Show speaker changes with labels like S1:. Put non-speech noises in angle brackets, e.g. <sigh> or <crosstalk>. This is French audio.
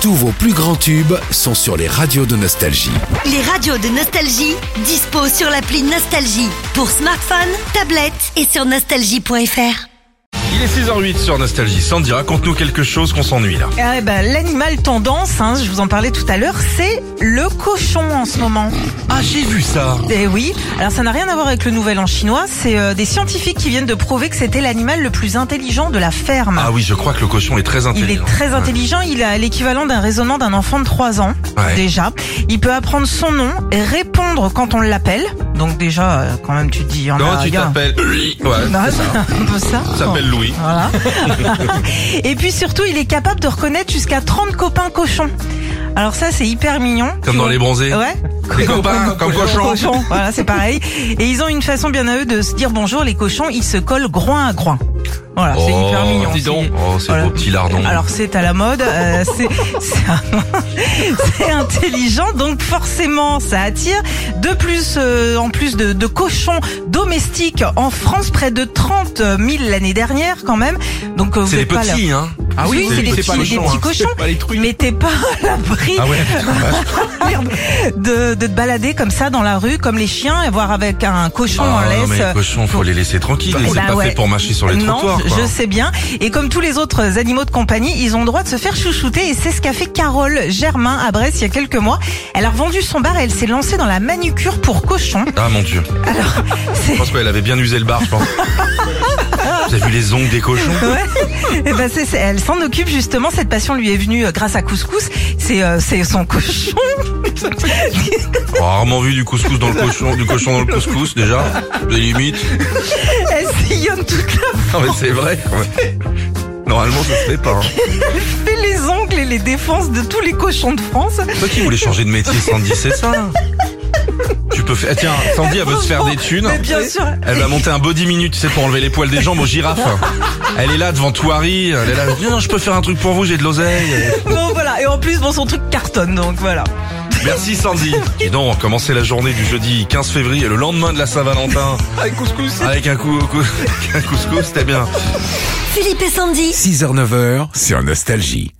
S1: Tous vos plus grands tubes sont sur les radios de Nostalgie.
S2: Les radios de Nostalgie disposent sur l'appli Nostalgie pour smartphone, tablette et sur nostalgie.fr.
S3: Il est 6h08 sur Nostalgie. Sandy, raconte-nous quelque chose qu'on s'ennuie là.
S4: Eh ben, L'animal tendance, hein, je vous en parlais tout à l'heure, c'est le cochon en ce moment.
S3: Ah, j'ai vu ça.
S4: Eh oui, alors ça n'a rien à voir avec le nouvel an chinois, c'est euh, des scientifiques qui viennent de prouver que c'était l'animal le plus intelligent de la ferme.
S3: Ah oui, je crois que le cochon est très
S4: Il
S3: intelligent.
S4: est très intelligent, il a l'équivalent d'un raisonnement d'un enfant de 3 ans
S3: Ouais.
S4: déjà. Il peut apprendre son nom et répondre quand on l'appelle. Donc déjà, euh, quand même, tu te dis... il y en
S3: Non,
S4: a,
S3: tu
S4: gars.
S3: t'appelles. Oui. Ouais.
S4: Bah, <laughs> un peu ça.
S3: Tu t'appelles Louis.
S4: Voilà. et puis surtout, il est capable de reconnaître jusqu'à 30 copains cochons. Alors ça, c'est hyper mignon.
S3: Comme dans les bronzés.
S4: Ouais.
S3: Les copains, comme cochons.
S4: Voilà, c'est pareil. Et ils ont une façon bien à eux de se dire bonjour, les cochons, ils se collent groin à groin. Voilà, c'est
S3: Oh,
S4: hyper mignon.
S3: dis donc. Oh, c'est
S4: Voilà.
S3: beau petit lardon.
S4: Alors c'est à la mode, euh, c'est- c'est <laughs> c'est intelligent, donc forcément ça attire. De plus, euh, en plus de, de cochons domestiques en France, près de 30 000 l'année dernière quand même. Donc euh, vous
S3: c'est les
S4: êtes pas là.
S3: petits, hein.
S4: Ah oui, c'est des, petits-
S3: pas les
S4: des
S3: cochons,
S4: petits
S3: hein.
S4: cochons.
S3: C'est pas les trucs.
S4: Mais t'es pas à l'abri
S3: Ah ouais. Ah
S4: merde, de, de te balader comme ça dans la rue, comme les chiens, et voir avec un cochon
S3: Ah,
S4: en laisse.
S3: non, mais les
S4: euh,
S3: cochons, faut les laisser tranquilles.
S4: Bah,
S3: Ils
S4: bah
S3: pas
S4: ouais.
S3: fait pour marcher sur les
S4: non,
S3: trottoirs.
S4: je-
S3: quoi.
S4: je sais bien. Et comme tous les autres animaux de compagnie, ils ont le droit de se faire chouchouter. Et c'est ce qu'a fait Carole Germain à Brest il y a quelques mois. Elle a revendu son bar et elle s'est lancée dans la manucure pour cochons.
S3: <laughs> Ah mon dieu.
S4: Alors, c'est
S3: Je pense qu'elle avait bien usé le bar, je pense.
S4: <laughs>
S3: Vous avez vu les ongles des cochons
S4: Ouais. Eh ben, c'est- c'est- elle s'en occupe justement. Cette passion lui est venue euh, grâce à Couscous. C'est euh, c'est
S3: <laughs>
S4: son cochon.
S3: On a Oh, rarement vu du couscous dans le cochon, du cochon dans le couscous déjà. La limite.
S4: Elle sillonne toute la
S3: Non mais c'est vrai. Ouais. Normalement ça se fait pas. Hein.
S4: fait les ongles et les défenses de tous les cochons de France.
S3: Toi qui voulais changer de métier, Sandy, c'est
S4: <laughs>
S3: ça Tu peux faire. ah, Tiens, Sandy elle veut se faire des thunes.
S4: Mais bien sûr.
S3: Elle va monter un body minute, tu sais, pour enlever les poils des jambes aux girafes. Elle est là devant Touari, elle est là, viens, je peux faire un truc pour vous, j'ai de l'oseille.
S4: Bon voilà. Et en plus, bon, son truc cartonne. Donc voilà.
S3: Merci Sandy. Dis donc, on commençait la journée du jeudi 15 février, le lendemain de la Saint-Valentin. Avec couscous. Avec un, cou- cou- <laughs> un couscous, c'était bien.
S2: Philippe et Sandy.
S1: 6h-9h sur Nostalgie.